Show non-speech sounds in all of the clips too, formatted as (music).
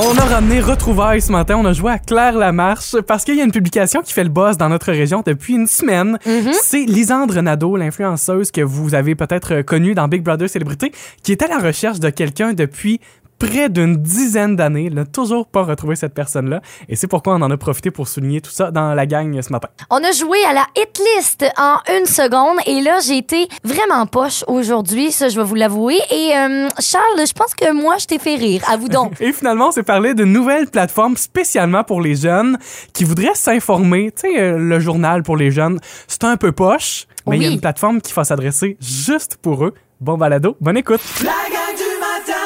On a ramené Retrouvailles ce matin. On a joué à Claire Lamarche parce qu'il y a une publication qui fait le buzz dans notre région depuis une semaine. C'est Lisandre Nadeau, l'influenceuse que vous avez peut-être connue dans Big Brother Célébrité, qui est à la recherche de quelqu'un depuis près d'une dizaine d'années. Elle n'a toujours pas retrouvé cette personne-là. Et c'est pourquoi on en a profité pour souligner tout ça dans la gang ce matin. On a joué à la hit list en une seconde et là, j'ai été vraiment poche aujourd'hui, ça je vais vous l'avouer. Et euh, Charles, je pense que moi, je t'ai fait rire. À vous donc. Et finalement, on s'est parlé d'une nouvelle plateforme spécialement pour les jeunes qui voudraient s'informer. Tu sais, euh, le journal pour les jeunes, c'est un peu poche, mais il y a Oui. une plateforme qui va s'adresser juste pour eux. Bon balado, bonne écoute. La gang du matin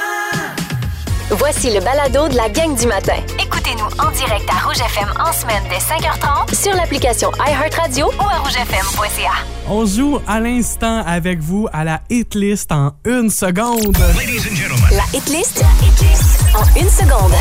Voici le balado de la gang du matin. Écoutez-nous en direct à Rouge FM en semaine dès 5h30 sur l'application iHeartRadio ou à rougefm.ca. On joue à l'instant avec vous à la hit list en une seconde. La hit list en une seconde.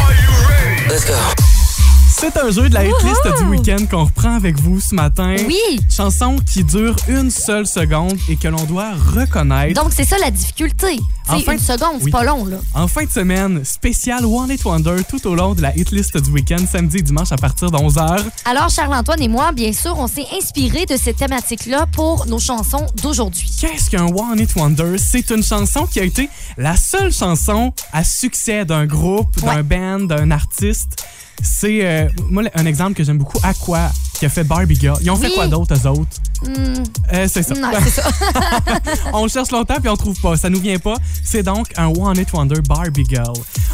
C'est un jeu de la hit list du week-end qu'on reprend avec vous ce matin. Oui. Chanson qui dure une seule seconde et que l'on doit reconnaître. (laughs) Donc, c'est ça la difficulté. C'est Enfin- une seconde, c'est Oui. pas long, là. En fin de semaine, spécial One It Wonder tout au long de la hit list du week-end, samedi et dimanche à partir de 11h. Alors, Charles-Antoine et moi, bien sûr, on s'est inspiré de cette thématique-là pour nos chansons d'aujourd'hui. Qu'est-ce qu'un One It Wonder? C'est une chanson qui a été la seule chanson à succès d'un groupe, d'un Ouais. band, d'un artiste. C'est, euh, moi, le- un exemple que j'aime beaucoup, Aqua, qui a fait Barbie Girl. Ils ont fait Oui. Hmm. quoi d'autre, eux autres? Euh, c'est ça. Non, Ah, (laughs) c'est ça. on cherche longtemps puis on trouve pas. Ça nous vient pas. C'est donc un One It Wonder Barbie Girl.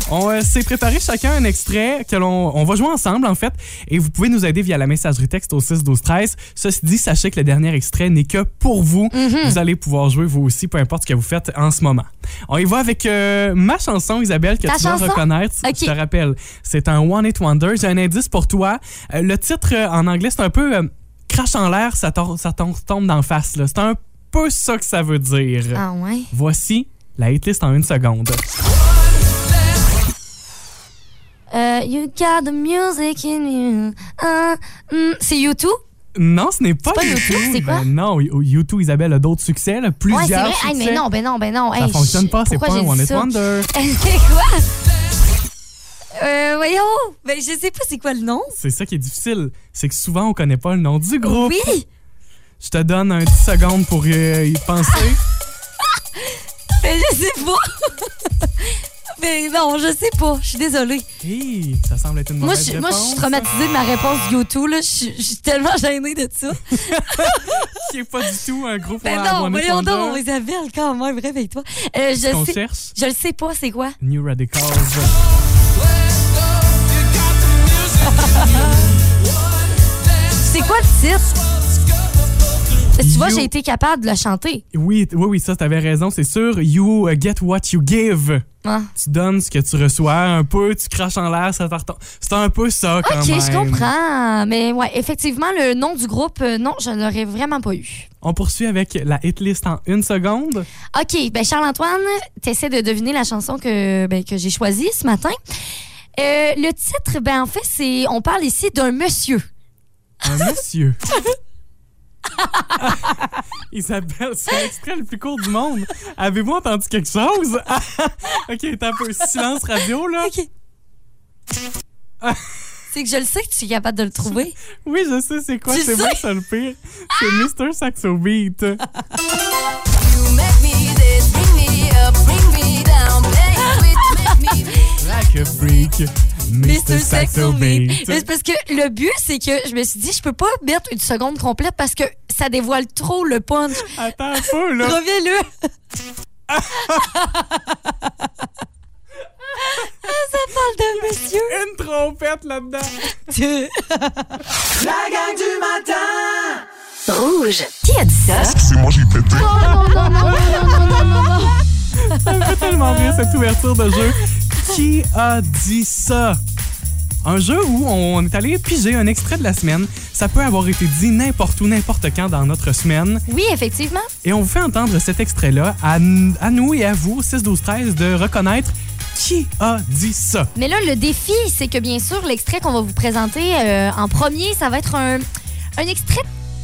On euh, s'est préparé chacun un extrait que l'on on va jouer ensemble en fait et vous pouvez nous aider via la messagerie texte au 6 12 13. Ceci dit, sachez que le dernier extrait n'est que pour vous. Mm-hmm. Vous allez pouvoir jouer vous aussi peu importe ce que vous faites en ce moment. On y va avec euh, ma chanson Isabelle que Ta tu chanson? vas reconnaître, Ok. je te rappelle. C'est un One It Wonder. J'ai un indice pour toi. Euh, le titre euh, en anglais c'est un peu euh, crache en l'air, ça, tor- ça tom- tombe d'en face là. C'est un peu ça que ça veut dire. Ah ouais. Voici la hitlist en une seconde. Euh, you got the music in you. Ah, mm, c'est YouTube? Non, ce n'est pas, C'est pas YouTube. YouTube, c'est quoi? Ben non, You- YouTube, Isabelle a d'autres succès, là, Ouais, plusieurs c'est vrai. Hey, succès. mais non, ben non, ben non. Ça Hey, fonctionne je- pas, c'est pourquoi pas un j'ai One dit Hit ça? Wonder. c'est quoi? Euh, voyons. Ben, je sais pas c'est quoi le nom. C'est ça qui est difficile, c'est que souvent on connaît pas le nom du groupe. Oui. Je te donne un 10 secondes pour euh, y penser. Ben, je sais pas. (laughs) ben, non, je sais pas. Je suis désolée. Hey, ça semble être une Moi, mauvaise je moi, réponse. je suis traumatisée de ma réponse YouTube, là. Je suis- je suis tellement gênée de ça. Qui est pas du tout un groupe Ben à non, One Hit voyons Wonder. donc, Isabelle, quand même, réveille-toi. Euh, Qu'on je sais. cherche Je le sais pas, c'est quoi? New Radicals. C'est quoi le titre? Tu vois, You- j'ai été capable de le chanter. Oui, t- oui, oui, ça, t'avais raison, c'est sûr. You uh, get what you give. Hein? tu donnes ce que tu reçois un peu, tu craches en l'air, ça te retombe. C'est un peu ça quand Ok, même. je comprends. Mais ouais, effectivement, le nom du groupe, euh, non, je ne l'aurais vraiment pas eu. On poursuit avec la hit list en une seconde. OK, ben Charles-Antoine, t'essaies de deviner la chanson que, ben, que j'ai choisie ce matin. Euh, le titre, ben en fait, c'est on parle ici d'un monsieur. Un (laughs) monsieur. (laughs) Isabelle, c'est l'extrait le plus court du monde. Avez-vous entendu quelque chose? (laughs) ok, t'as un peu silence radio, là. C'est que je le sais que tu es capable de le trouver. Oui, je sais c'est quoi, Tu c'est sais? vrai ça le pire. C'est Mr. Saxo Beat. Like a freak, Mr. Saxo Beat. Mais c'est parce que le but, c'est que je me suis dit, je peux pas mettre une seconde complète parce que ça dévoile trop le punch. Attends un peu, là. Reviens-le! (laughs) Ah, ça parle de monsieur. (laughs) Une trompette là-dedans. La gang du matin Rouge. Qui a dit ça? fait tellement rire cette ouverture de jeu. Qui a dit ça? Un jeu où on est allé piger un extrait de la semaine. Ça peut avoir été dit n'importe où, n'importe quand dans notre semaine. Oui, effectivement. Et on vous fait entendre cet extrait-là à, n- à nous et à vous, 6-12-13, de reconnaître qui a dit ça. Mais là, le défi, c'est que bien sûr, l'extrait qu'on va vous présenter euh, en premier, ça va être un, un extrait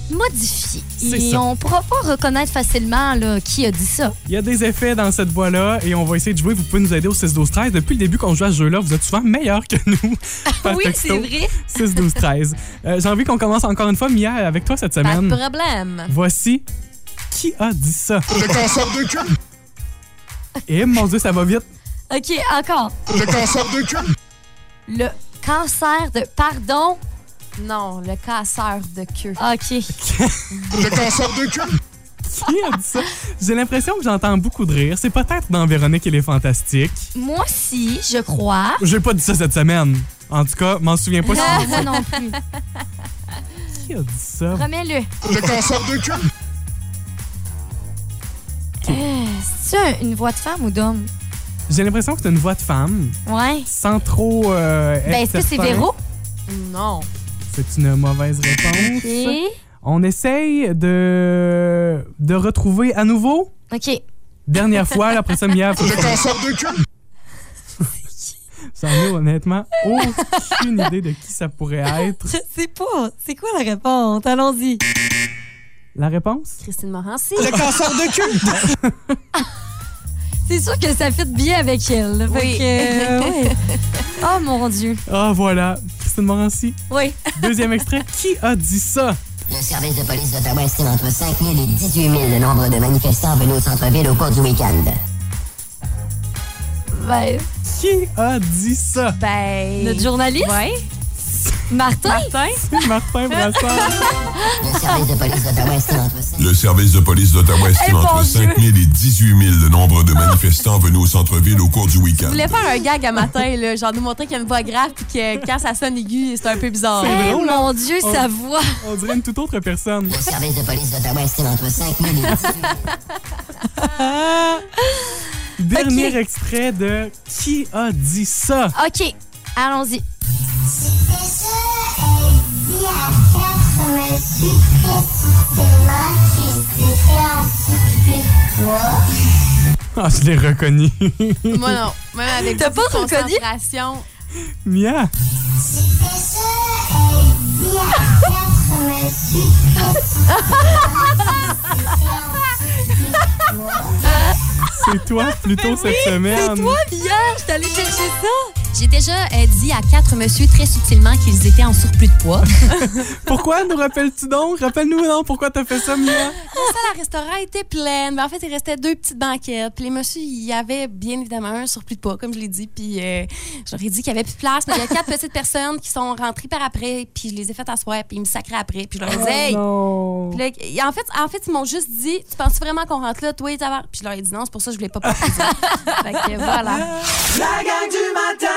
modifié. C'est Et ça. on pourra pas reconnaître facilement là, qui a dit ça. Il y a des effets dans cette voie-là et on va essayer de jouer. Vous pouvez nous aider au 6-12-13. Depuis le début qu'on joue à ce jeu-là, vous êtes souvent meilleurs que (laughs) nous. par Oui, texto. c'est vrai. (laughs) 6-12-13. Euh, J'ai envie qu'on commence encore une fois, Mia, avec toi cette Pas de semaine. problème. Voici qui a dit ça. Je t'en sors de cul. Et mon Dieu, ça va vite. OK, encore. Le cancer de cul. Le cancer de pardon. Non, le casseur de queue. OK. Le cancer de cul. Qui a dit ça? J'ai l'impression que j'entends beaucoup de rire. C'est peut-être dans Véronique et les Fantastiques. Moi aussi, je crois. (laughs) J'ai pas dit ça cette semaine. En tout cas, m'en souviens pas (laughs) Ah, si moi non plus. qui a dit ça. Remets-le. Le cancer de cul. C'est un- une voix de femme ou d'homme? J'ai l'impression que c'est une voix de femme, Ouais. sans trop. euh, être Ben, est-ce que c'est certain. Véro? Non. C'est une mauvaise réponse. Et... On essaye de de retrouver à nouveau. OK. Dernière fois, là, après ça, (laughs) Mia, faut- Le cancer de cul. j'en ai honnêtement aucune idée de qui ça pourrait être. Je sais pas. C'est quoi la réponse? Allons-y. La réponse? Christine Morancy. Le cancer de cul. C'est sûr que ça fit bien avec elle. là. Fait Oui. que, euh, ouais. (laughs) Oh mon Dieu. Ah, voilà. Christine Morancy. Oui. Deuxième extrait. Qui a dit ça? Le service de police d'Ottawa estime entre 5 000 et 18 000 le nombre de manifestants venus au centre-ville au cours du week-end. Ben, Qui a dit ça? Ben. notre journaliste, Ouais. Martin. Martin. C'est (laughs) Martin Brassard. Le service de police d'Ottawa estime entre 5 Le service de police d'Ottawa estime Eh, mon entre Dieu. 5 000 et 18 000 le nombre de manifestants venus au centre-ville au cours du week-end. Je voulais faire un gag à matin, là, genre nous montrer qu'il y a une voix grave puis que quand ça sonne aigu, c'est hein? un peu bizarre. C'est Eh, drôle, là. mon Dieu, Oh. sa voix. On dirait une toute autre personne. Le service de police d'Ottawa estime entre 5 000 et 18 000. Ah! Dernier extrait de Qui a dit ça? OK. Allons-y. Ah, je l'ai reconnu. Moi non, même avec T'as beaucoup pas de reconnu? concentration. (laughs) Mia! C'est toi plutôt cette semaine. Vierge, t'allais chercher ça? J'ai déjà euh, dit à quatre messieurs très subtilement qu'ils étaient en surplus de poids. Pourquoi nous rappelles-tu donc? Rappelle-nous donc pourquoi t'as fait ça, Mia? La salle à restaurant était pleine, mais en fait, il restait deux petites banquettes. Puis les messieurs, il y avait bien évidemment un surplus de poids, comme je l'ai dit. Puis euh, j'aurais dit qu'il y avait plus de place, mais il y a quatre petites personnes qui sont rentrées par après, puis je les ai fait asseoir, puis ils me sacraient après. Puis je leur ai dit, hey! Non. Puis là, et en fait, en fait, ils m'ont juste dit, tu penses vraiment qu'on rentre là, toi et ta mère? Puis je leur ai dit non, c'est pour ça que je voulais pas partir. fait que voilà. La gang du matin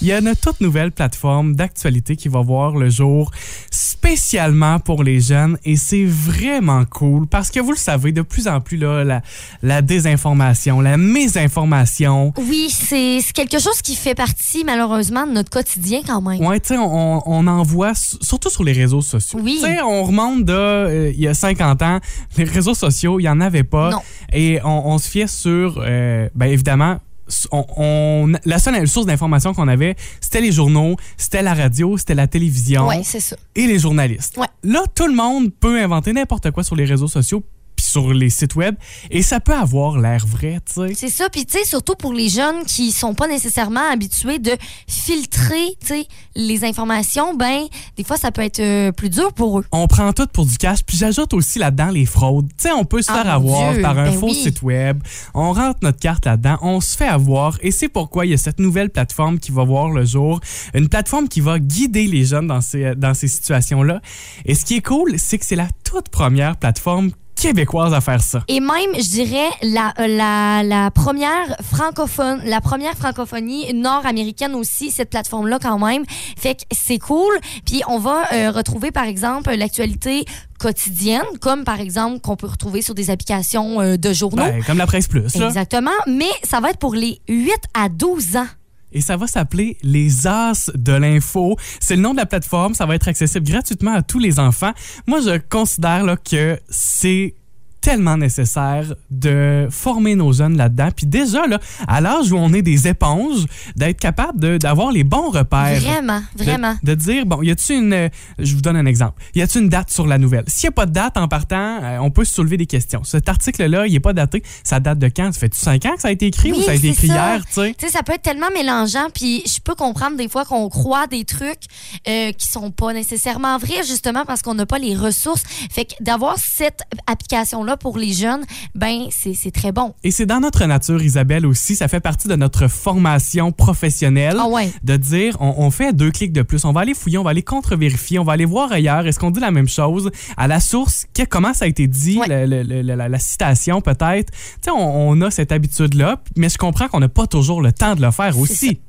Il y a une toute nouvelle plateforme d'actualité qui va voir le jour spécialement pour les jeunes et c'est vraiment cool parce que vous le savez, de plus en plus, là, la, la désinformation, la mésinformation, Oui, c'est c'est quelque chose qui fait partie, malheureusement, de notre quotidien quand même. Ouais, tu sais, on, on en voit s- surtout sur les réseaux sociaux. Oui. Tu sais, on remonte de euh, il y a 50 ans, les réseaux sociaux, il n'y en avait pas. Non. Et on, on se fiait sur, euh, ben évidemment, s- on, on- la seule source d'information qu'on avait, c'était les journaux, c'était la radio, c'était la télévision Ouais, c'est ça. et les journalistes. Ouais. Là, tout le monde peut inventer n'importe quoi sur les réseaux sociaux puis sur les sites web et ça peut avoir l'air vrai, tu sais. C'est ça, puis tu sais, surtout pour les jeunes qui sont pas nécessairement habitués de filtrer, tu sais, les informations, ben, des fois, ça peut être euh, plus dur pour eux. on prend tout pour du cash, puis j'ajoute aussi là-dedans les fraudes. Tu sais, on peut se Ah, faire mon avoir Dieu, par un ben faux oui. site web, on rentre notre carte là-dedans, on se fait avoir, et c'est pourquoi il y a cette nouvelle plateforme qui va voir le jour, une plateforme qui va guider les jeunes dans ces, dans ces situations-là. Et ce qui est cool, c'est que c'est la toute première plateforme québécoise à faire ça. Et même, je dirais, la, euh, la, la première francophone, la première francophonie nord-américaine aussi, cette plateforme-là quand même. Fait que c'est cool. Puis on va euh, retrouver, par exemple, l'actualité quotidienne, comme par exemple qu'on peut retrouver sur des applications euh, de journaux. Ben, comme la presse plus, là. Exactement. Mais ça va être pour les 8 à 12 ans. Et ça va s'appeler Les As de l'info. C'est le nom de la plateforme. Ça va être accessible gratuitement à tous les enfants. Moi, je considère là, que c'est tellement nécessaire de former nos jeunes là-dedans. Puis déjà, là, à l'âge où on est des éponges, d'être capable de- d'avoir les bons repères. Vraiment, De- vraiment. De, dire, bon, y a-tu une. euh, je vous donne un exemple. Y a-tu une date sur la nouvelle? S'il n'y a pas de date en partant, euh, on peut se soulever des questions. Cet article-là, il n'est pas daté. Ça date de quand? Ça fait 5 ans que ça a été écrit ou Oui, ça a été c'est écrit ça. hier, tu sais? Tu sais, ça peut être tellement mélangeant, puis je peux comprendre des fois qu'on croit des trucs euh, qui sont pas nécessairement vrais, justement parce qu'on n'a pas les ressources. Fait que d'avoir cette application-là pour les jeunes, ben c'est c'est très bon. Et c'est dans notre nature, Isabelle aussi. Ça fait partie de notre formation professionnelle. Ah ouais. De dire, on, on fait deux clics de plus. On va aller fouiller, on va aller contre-vérifier, on va aller voir ailleurs. Est-ce qu'on dit la même chose à la source? que- comment ça a été dit? Ouais. le- le- le- la, la citation, peut-être. Tu sais, on, on a cette habitude-là, mais je comprends qu'on n'a pas toujours le temps de le faire ça. aussi.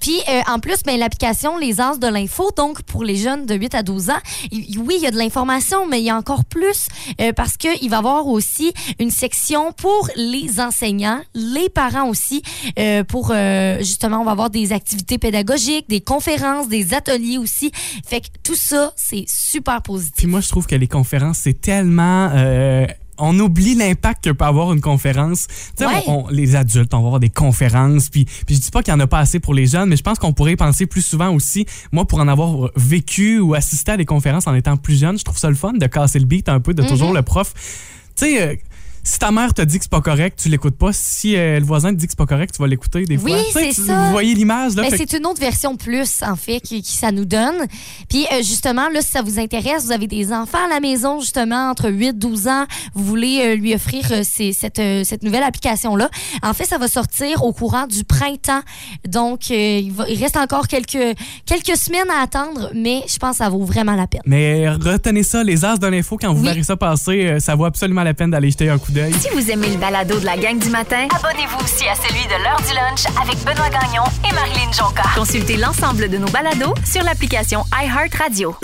Puis, euh, en plus, ben, l'application Les Anses de l'info, donc pour les jeunes de 8 à 12 ans, il- oui, il y a de l'information, mais il y a encore plus euh, parce qu'il va y avoir aussi une section pour les enseignants, les parents aussi, euh, pour euh, justement, on va avoir des activités pédagogiques, des conférences, des ateliers aussi. Fait que tout ça, c'est super positif. Puis moi, je trouve que les conférences, c'est tellement... euh, on oublie l'impact que peut avoir une conférence. Tu sais, Ouais. on- on- les adultes, on va avoir des conférences. Puis, puis je dis pas qu'il y en a pas assez pour les jeunes, mais je pense qu'on pourrait y penser plus souvent aussi. Moi, pour en avoir vécu ou assisté à des conférences en étant plus jeune, je trouve ça le fun de casser le beat un peu, de Mm-hmm. toujours le prof. Tu sais, euh, si ta mère te dit que c'est pas correct, tu l'écoutes pas. Si euh, le voisin te dit que c'est pas correct, tu vas l'écouter des Oui, fois. Tu sais, c'est tu- ça. Vous voyez l'image, là. Ben, fait c'est une autre version plus, en fait, qui, qui ça nous donne. Puis, euh, justement, là, si ça vous intéresse, vous avez des enfants à la maison, justement, entre 8 et 12 ans, vous voulez euh, lui offrir euh, ces- cette, euh, cette nouvelle application-là. En fait, ça va sortir au courant du printemps. Donc, euh, il, va- il reste encore quelques, quelques semaines à attendre, mais je pense que ça vaut vraiment la peine. Mais retenez ça, les as de l'info, quand vous Oui. verrez ça passer, euh, ça vaut absolument la peine d'aller jeter un coup d'œil. Si vous aimez le balado de la gang du matin, abonnez-vous aussi à celui de l'heure du lunch avec Benoît Gagnon et Marilyn Jonca. Consultez l'ensemble de nos balados sur l'application iHeartRadio.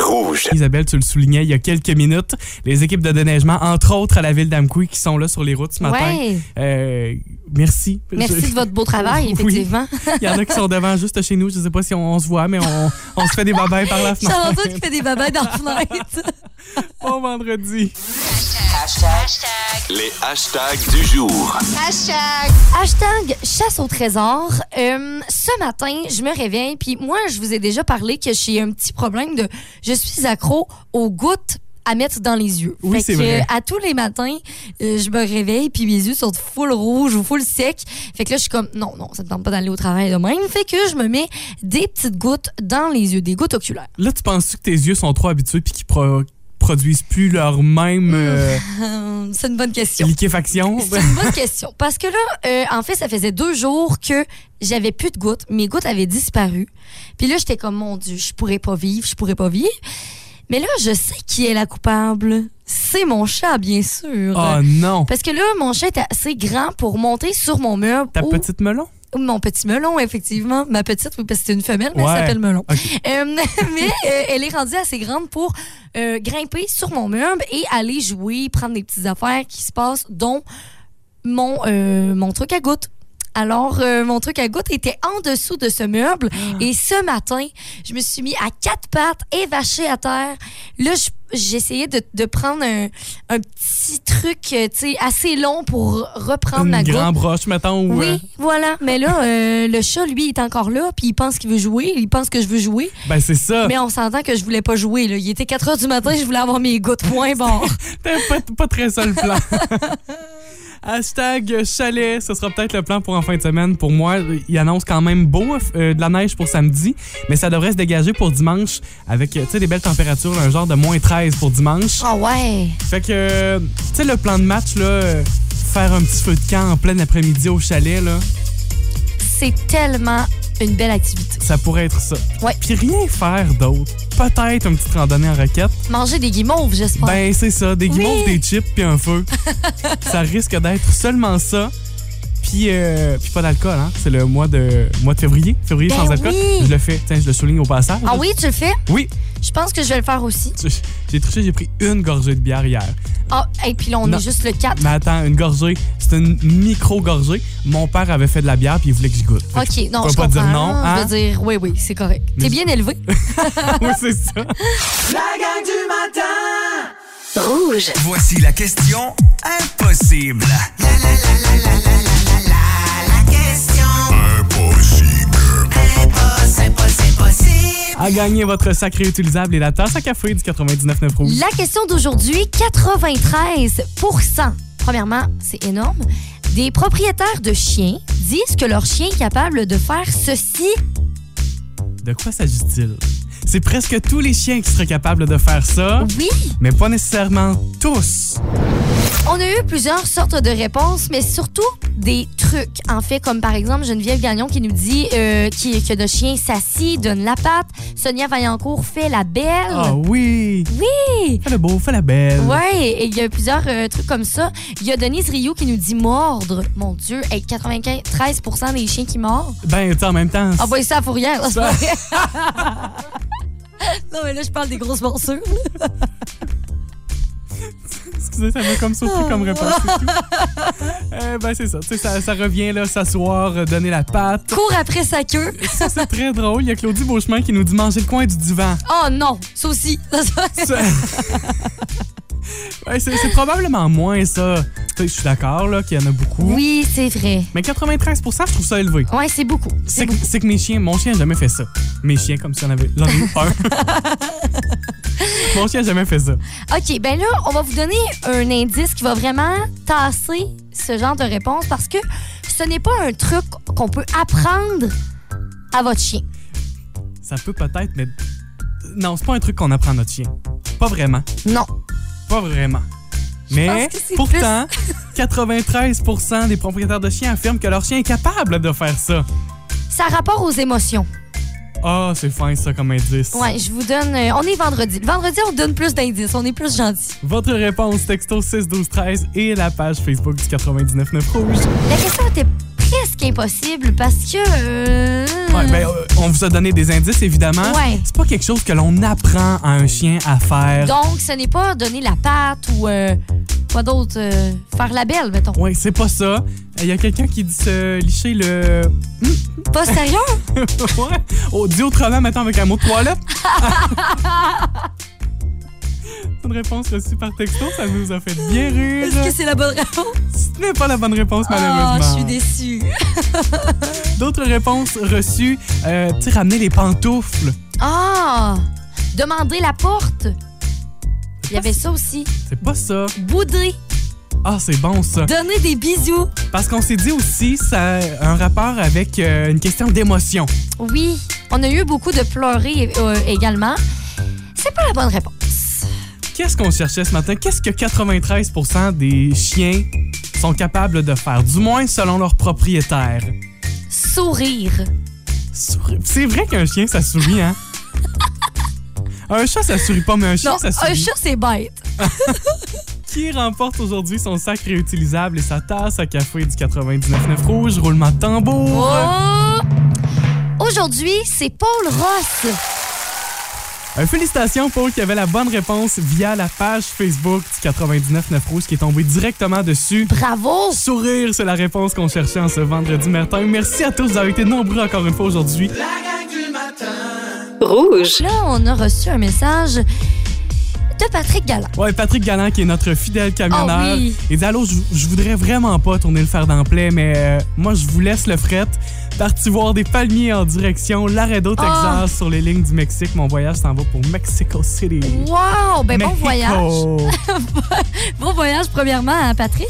Isabelle, tu le soulignais il y a quelques minutes, les équipes de déneigement, entre autres à la ville d'Amkoui, qui sont là sur les routes ce matin. Ouais. Euh, merci. Merci de votre beau travail, Oui. effectivement. (laughs) Il y en a qui sont devant juste chez nous. Je ne sais pas si on, on se voit, mais on, on se fait des babins par la Je (laughs) fenêtre. savais pas qu'il fait des babins dans la fenêtre. Bon vendredi. Les hashtags du jour. Hashtag chasse au trésor. Euh, ce matin, je me réveille, puis moi, je vous ai déjà parlé que j'ai un petit problème de. Je suis accro aux gouttes à mettre dans les yeux. Oui, Fait c'est que, vrai. euh, À tous les matins, euh, je me réveille, puis mes yeux sont full rouges ou full secs. Fait que là, je suis comme, non, non, ça ne tente pas d'aller au travail de même. Fait que je me mets des petites gouttes dans les yeux, des gouttes oculaires. (laughs) Là, tu penses que tes yeux sont trop habitués puis qu'ils pro- produisent plus leur même euh, Euh, C'est une bonne question. liquéfaction? C'est une bonne question. Parce que là, euh, en fait, ça faisait deux jours que j'avais plus de gouttes. Mes gouttes avaient disparu. Puis là, j'étais comme, mon Dieu, je pourrais pas vivre, je pourrais pas vivre. Mais là, je sais qui est la coupable. C'est mon chat, bien sûr. Oh non! Parce que là, mon chat est assez grand pour monter sur mon mur. Ta petite melon? Mon petit melon, effectivement. Ma petite, oui, parce que c'est une femelle, mais Ouais. elle s'appelle melon. Ok. Euh, (laughs) mais euh, elle est rendue assez grande pour euh, grimper sur mon meuble et aller jouer, prendre des petites affaires qui se passent, dont mon, euh, mon truc à gouttes. Alors, euh, mon truc à gouttes était en dessous de ce meuble. Ah. Et ce matin, je me suis mis à quatre pattes, évachée à terre. Là, je- j'essayais de, de prendre un, un petit truc, euh, tu sais, assez long pour reprendre Une ma goutte. grande broche, mettons? ou, euh, Oui, voilà. Mais là, euh, le chat, lui, il est encore là, puis il pense qu'il veut jouer, il pense que je veux jouer. Ben, c'est ça. Mais on s'entend que je voulais pas jouer. Là. Il était 4 heures du matin, je voulais avoir mes gouttes. Point barre. T'as pas, pas très ça le plan. Hashtag chalet, ce sera peut-être le plan pour en fin de semaine. Pour moi, il annonce quand même beau euh, de la neige pour samedi, mais ça devrait se dégager pour dimanche avec euh, tu sais, des belles températures, un genre de moins 13 pour dimanche. (laughs) Ah ouais. Fait que, euh, tu sais, le plan de match, là, euh, faire un petit feu de camp en plein après-midi au chalet, là, C'est tellement une belle activité. ça pourrait être ça. Ouais. Puis rien faire d'autre. Peut-être une petite randonnée en roquette. Manger des guimauves, j'espère. Ben, c'est ça. Des guimauves, Oui. des chips, puis un (laughs) feu. ça risque d'être seulement ça. Puis, euh, puis pas d'alcool, hein? C'est le mois de, mois de février. Février Ben sans alcool. oui. Je le fais. Tiens, je le souligne au passage. ah oui, tu le fais? Oui. Je pense que je vais le faire aussi. Tu- J'ai triché, j'ai pris une gorgée de bière hier. Ah, et puis là, on Non. est juste le 4. Mais attends, une gorgée, c'est une micro-gorgée. Mon père avait fait de la bière, puis il voulait que j'y goûte. Fait que OK, non, peux je pas comprends. dire non, Je hein? veux dire, oui, oui, c'est (laughs) correct. T'es bien élevé. oui, c'est ça. La gang du matin Rouge. Voici la question impossible. La la la la la la la la la la question impossible. Impossible, impossible. À gagner votre sacré utilisable et la tasse à café du 99.9 Rouge. La question d'aujourd'hui, 93 Premièrement, c'est énorme. Des propriétaires de chiens disent que leur chien est capable de faire ceci. De quoi s'agit-il? C'est presque tous les chiens qui seraient capables de faire ça. Oui. Mais pas nécessairement tous. On a eu plusieurs sortes de réponses, mais surtout des trucs. En fait, comme par exemple Geneviève Gagnon qui nous dit euh, qui- que le chien s'assit, donne la patte. Sonia Vaillancourt fait la belle. Ah oui! Oui! Fais le beau, fais la belle. Ouais, et il y a eu plusieurs euh, trucs comme ça. Il y a Denise Rio qui nous dit mordre. Mon Dieu, hey, 95, 13 des chiens qui mordent. Ben, tu sais, en même temps. Envoyez ça bah, à Fourrière. Ça- (laughs) non, mais là, je parle des grosses morsures. Excusez, ça m'a comme Ah, surpris comme réponse. c'est tout. Euh, ben, c'est ça. Tu sais, ça, ça revient, là, s'asseoir, euh, donner la patte. Cours après sa queue. Ça, c'est très drôle. Il y a Claudie Beauchemin qui nous dit manger le coin du divan. Oh non, ça aussi. (laughs) Ouais, c'est c'est probablement moins, ça. Tu sais, je suis d'accord, là, qu'il y en a beaucoup. oui, c'est vrai. Mais 93 je trouve ça élevé. Ouais, c'est beaucoup. C'est que, c'est que mes chiens, mon chien n'a jamais fait ça. Mes chiens, comme si on avait. J'en ai eu (laughs) un. mon chien n'a jamais fait ça. OK, ben là, on va vous donner un indice qui va vraiment tasser ce genre de réponse parce que ce n'est pas un truc qu'on peut apprendre à votre chien. Ça peut peut-être, mais. Non, c'est pas un truc qu'on apprend à notre chien. Pas vraiment. Non. Pas vraiment. Mais pense que c'est pourtant, (laughs) 93 des propriétaires de chiens affirment que leur chien est capable de faire ça. Ça a rapport aux émotions. Ah, c'est fin ça comme indice. Ouais, je vous donne. euh, on est vendredi. Le vendredi, on donne plus d'indices. On est plus gentil. Votre réponse, texto 61213 et la page Facebook du 99.9 Rouge. La question était presque impossible parce que. euh, Ouais, ben, euh, on vous a donné des indices, évidemment. Ouais. C'est pas quelque chose que l'on apprend à un chien à faire. Donc, ce n'est pas donner la patte ou euh, quoi d'autre. euh, faire la belle, mettons. Ouais, c'est pas ça. Il y a quelqu'un qui dit se licher le. Pas (laughs) sérieux? (laughs) ouais. Oh, dis autrement maintenant avec un mot de toilette. (laughs) C'est une réponse reçue par texto, ça nous a fait bien rire. Est-ce que c'est la bonne réponse? Ce n'est pas la bonne réponse, Oh, malheureusement. je suis déçue. D'autres réponses reçues, euh, tu sais, ramener les pantoufles. Ah! Demander la porte. Il y avait ça aussi. C'est pas ça. Bouder. Ah, c'est bon ça. Donner des bisous. Parce qu'on s'est dit aussi, ça a un rapport avec euh, une question d'émotion. Oui. On a eu beaucoup de pleurer euh, également. C'est pas la bonne réponse. Qu'est-ce qu'on cherchait ce matin? Qu'est-ce que 93 des chiens sont capables de faire? Du moins selon leur propriétaire. Sourire. Souri- C'est vrai qu'un chien, ça sourit, (laughs) hein? un chat, ça sourit pas, mais un chien, Non, ça sourit. un chat, c'est bête. Qui remporte aujourd'hui son sac réutilisable et sa tasse à café du 99.9 rouge, roulement de tambour? Oh! Aujourd'hui, c'est Paul Ross. Euh, félicitations, Paul, qui avait la bonne réponse via la page Facebook du 99.9 Rouge qui est tombée directement dessus. Bravo! Sourire, c'est la réponse qu'on cherchait en ce vendredi matin. Merci à tous d'avoir été nombreux encore une fois aujourd'hui. La gang du matin. Rouge. Là, on a reçu un message de Patrick Galland. Ouais, Patrick Galland, qui est notre fidèle camionneur. Ah oui. Il dit Allô, je je voudrais vraiment pas tourner le fer d'emploi, mais euh, moi, je vous laisse le fret. Parti voir des palmiers en direction Laredo, Texas, Ah. sur les lignes du Mexique. Mon voyage s'en va pour Mexico City. Wow! Ben, bon Mexico. voyage. Bon voyage, premièrement, à Patrick.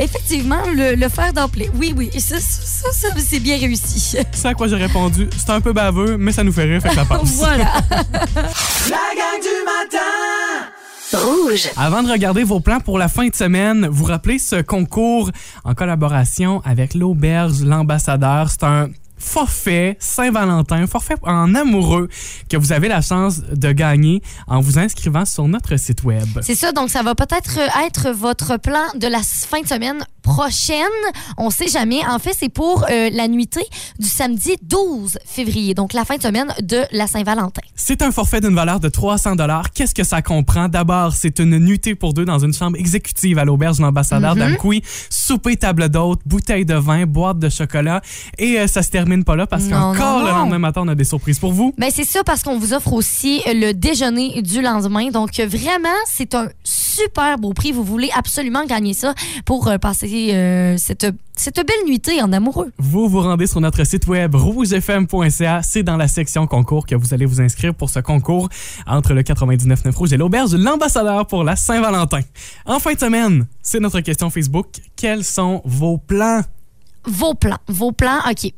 Effectivement, le, le fer d'emblée. Oui, oui, ça, ça, ça, c'est bien réussi. (laughs) (laughs) C'est à quoi j'ai répondu C'est un peu baveux, mais ça nous fait rire, fait que ça passe. voilà. La gang du matin. Rouge. Avant de regarder vos plans pour la fin de semaine, vous rappelez ce concours en collaboration avec l'Auberge L'Ambassadeur. C'est un forfait Saint-Valentin, forfait en amoureux que vous avez la chance de gagner en vous inscrivant sur notre site web. euh, C'est ça, donc ça va peut-être être votre plan de la fin de semaine prochaine. On sait jamais. En fait, c'est pour euh, la nuitée du samedi 12 février, donc la fin de semaine de la Saint-Valentin. C'est un forfait d'une valeur de 300 dollars. Qu'est-ce que ça comprend D'abord, c'est une nuitée pour deux dans une chambre exécutive à l'auberge de l'ambassadeur Mhm. d'Amqui. souper table d'hôte, bouteille de vin, boîte de chocolat et euh, ça se termine pas là parce Non, qu'encore non, le non. lendemain matin, on a des surprises pour vous. Ben c'est ça parce qu'on vous offre aussi le déjeuner du lendemain. Donc vraiment, c'est un super beau prix. Vous voulez absolument gagner ça pour euh, passer euh, cette, cette belle nuitée en amoureux. Vous vous rendez sur notre site web rougefm.ca. C'est dans la section concours que vous allez vous inscrire pour ce concours entre le 99.9 Rouge et l'auberge de l'ambassadeur pour la Saint-Valentin. En fin de semaine, c'est notre question Facebook. Quels sont vos plans? Vos plans, vos plans, OK.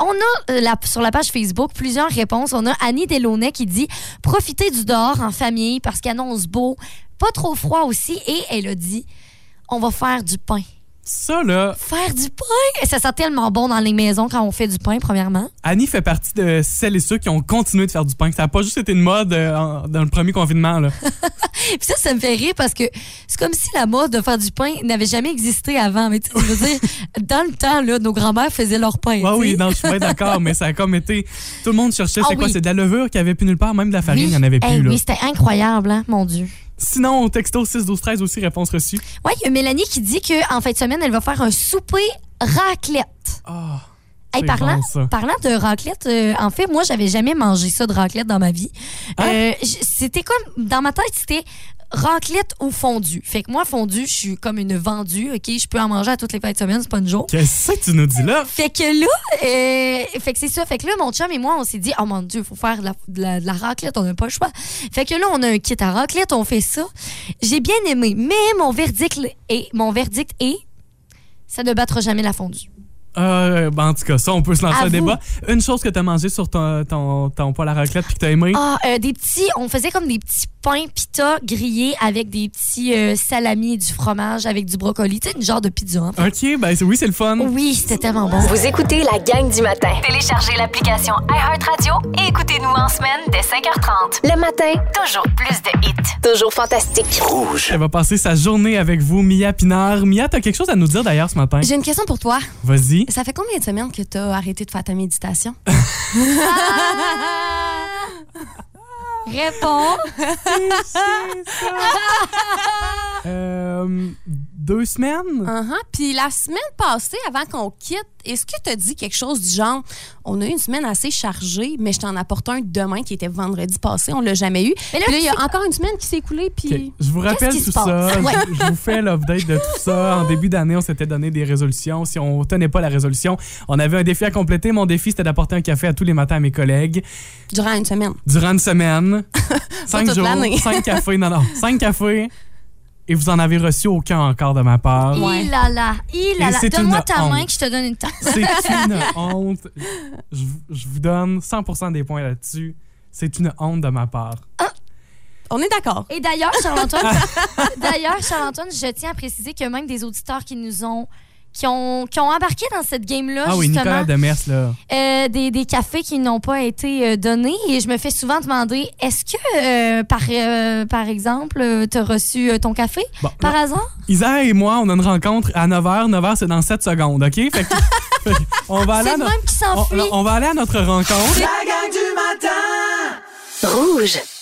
On a euh, la- sur la page Facebook plusieurs réponses. On a Annie Delaunay qui dit profiter du dehors en famille parce qu'il annonce beau, pas trop froid aussi. Et elle a dit on va faire du pain. Ça, là, Faire du pain? Ça sent tellement bon dans les maisons quand on fait du pain, premièrement. Annie fait partie de celles et ceux qui ont continué de faire du pain. Ça n'a pas juste été une mode euh, en- dans le premier confinement. (laughs) Là. Puis ça, ça me fait rire parce que c'est comme si la mode de faire du pain n'avait jamais existé avant. Mais tu sais, je veux (laughs) dire, dans le temps, là, nos grands-mères faisaient leur pain. Ah tu oui, sais. non, je suis bien d'accord, mais ça a comme été. Tout le monde cherchait, Ah c'est quoi? oui. C'est de la levure qui avait plus nulle part, même de la farine, il Oui. n'y en avait plus. Hey, là. oui, c'était incroyable, hein, mon Dieu. Sinon, au texto 6 12 13 aussi, réponse reçue. Oui, il y a Mélanie qui dit qu'en fin de semaine, elle va faire un souper raclette. Hey, Ah, c'est parlant, bon, ça. parlant de raclette, euh, en fait, moi, j'avais jamais mangé ça de raclette dans ma vie. Hein? Euh, j- c'était comme, dans ma tête, c'était raclette ou fondue. Fait que moi, fondue, je suis comme une vendue, OK? Je peux en manger à toutes les fins de semaine, c'est pas une jour. Qu'est-ce que tu nous dis là? Fait que là, euh, fait que c'est ça. Fait que là, mon chum et moi, on s'est dit, oh mon Dieu, faut faire de la, de la- de la raclette, on n'a pas le choix. Fait que là, on a un kit à raclette, on fait ça. J'ai bien aimé, mais mon verdict est, mon verdict est, ça ne battra jamais la fondue. Euh, ben, en tout cas, ça, on peut se lancer À un vous. débat. Une chose que t'as mangé sur ton, ton, ton poêle à raclette puis que t'as aimé. Ah, euh, des petits, on faisait comme des petits pains pita grillés avec des petits euh, salamis, du fromage, avec du brocoli, tu sais, une genre de pizza. hein. Oh. Ok, ben c'est- oui, c'est le fun. Oui, c'était tellement bon. Vous écoutez la gang du matin. Téléchargez l'application iHeartRadio et écoutez-nous en semaine dès 5h30. Le matin, toujours plus de hits. Toujours fantastique. Rouge. Elle va passer sa journée avec vous, Mia Pinard. Mia, t'as quelque chose à nous dire d'ailleurs ce matin? J'ai une question pour toi. Vas-y. Ça fait combien de semaines que tu as arrêté de faire ta méditation? Réponds. Ah. Euh, deux semaines? Uh-huh. Puis la semaine passée, avant qu'on quitte, est-ce que tu as dit quelque chose du genre On a eu une semaine assez chargée, mais je t'en apporte un demain qui était vendredi passé, on l'a jamais eu. Mais là, Puis là, il y tu- a encore une semaine qui s'est écoulée, puis. Ok, Je vous rappelle Qu'est-ce qui tout se passe? ça. Je- Ouais. Je, vous fais l'update de tout ça. En début d'année, on s'était donné des résolutions. Si on tenait pas la résolution, on avait un défi à compléter. Mon défi, c'était d'apporter un café à tous les matins à mes collègues Durant une semaine. durant une semaine. cinq toute jours, l'année. cinq cafés. Non, non, cinq cafés. Et vous en avez reçu aucun encore de ma part. Il a là, il a Et là. c'est Donne-moi une ta main honte. que je te donne une tasse. C'est une honte. Je, je vous donne 100% des points là-dessus. C'est une honte de ma part. On est d'accord. Et d'ailleurs, Charles-Antoine, (laughs) d'ailleurs, Charles-Antoine, je tiens à préciser que même des auditeurs qui nous ont qui ont, qui ont embarqué dans cette game-là, ah oui, justement, Nicolas Demers, là. euh, des, des cafés qui n'ont pas été euh, donnés. Et je me fais souvent demander, est-ce que, euh, par, euh, par exemple, tu as reçu euh, ton café Bon, par là- hasard? Isa et moi, on a une rencontre à 9h. 9h, c'est dans 7 secondes, OK? Fait que- fait que on va aller à C'est le notre- même qui s'enfuit. on, on va aller à notre rencontre. La gang du matin. Rouge.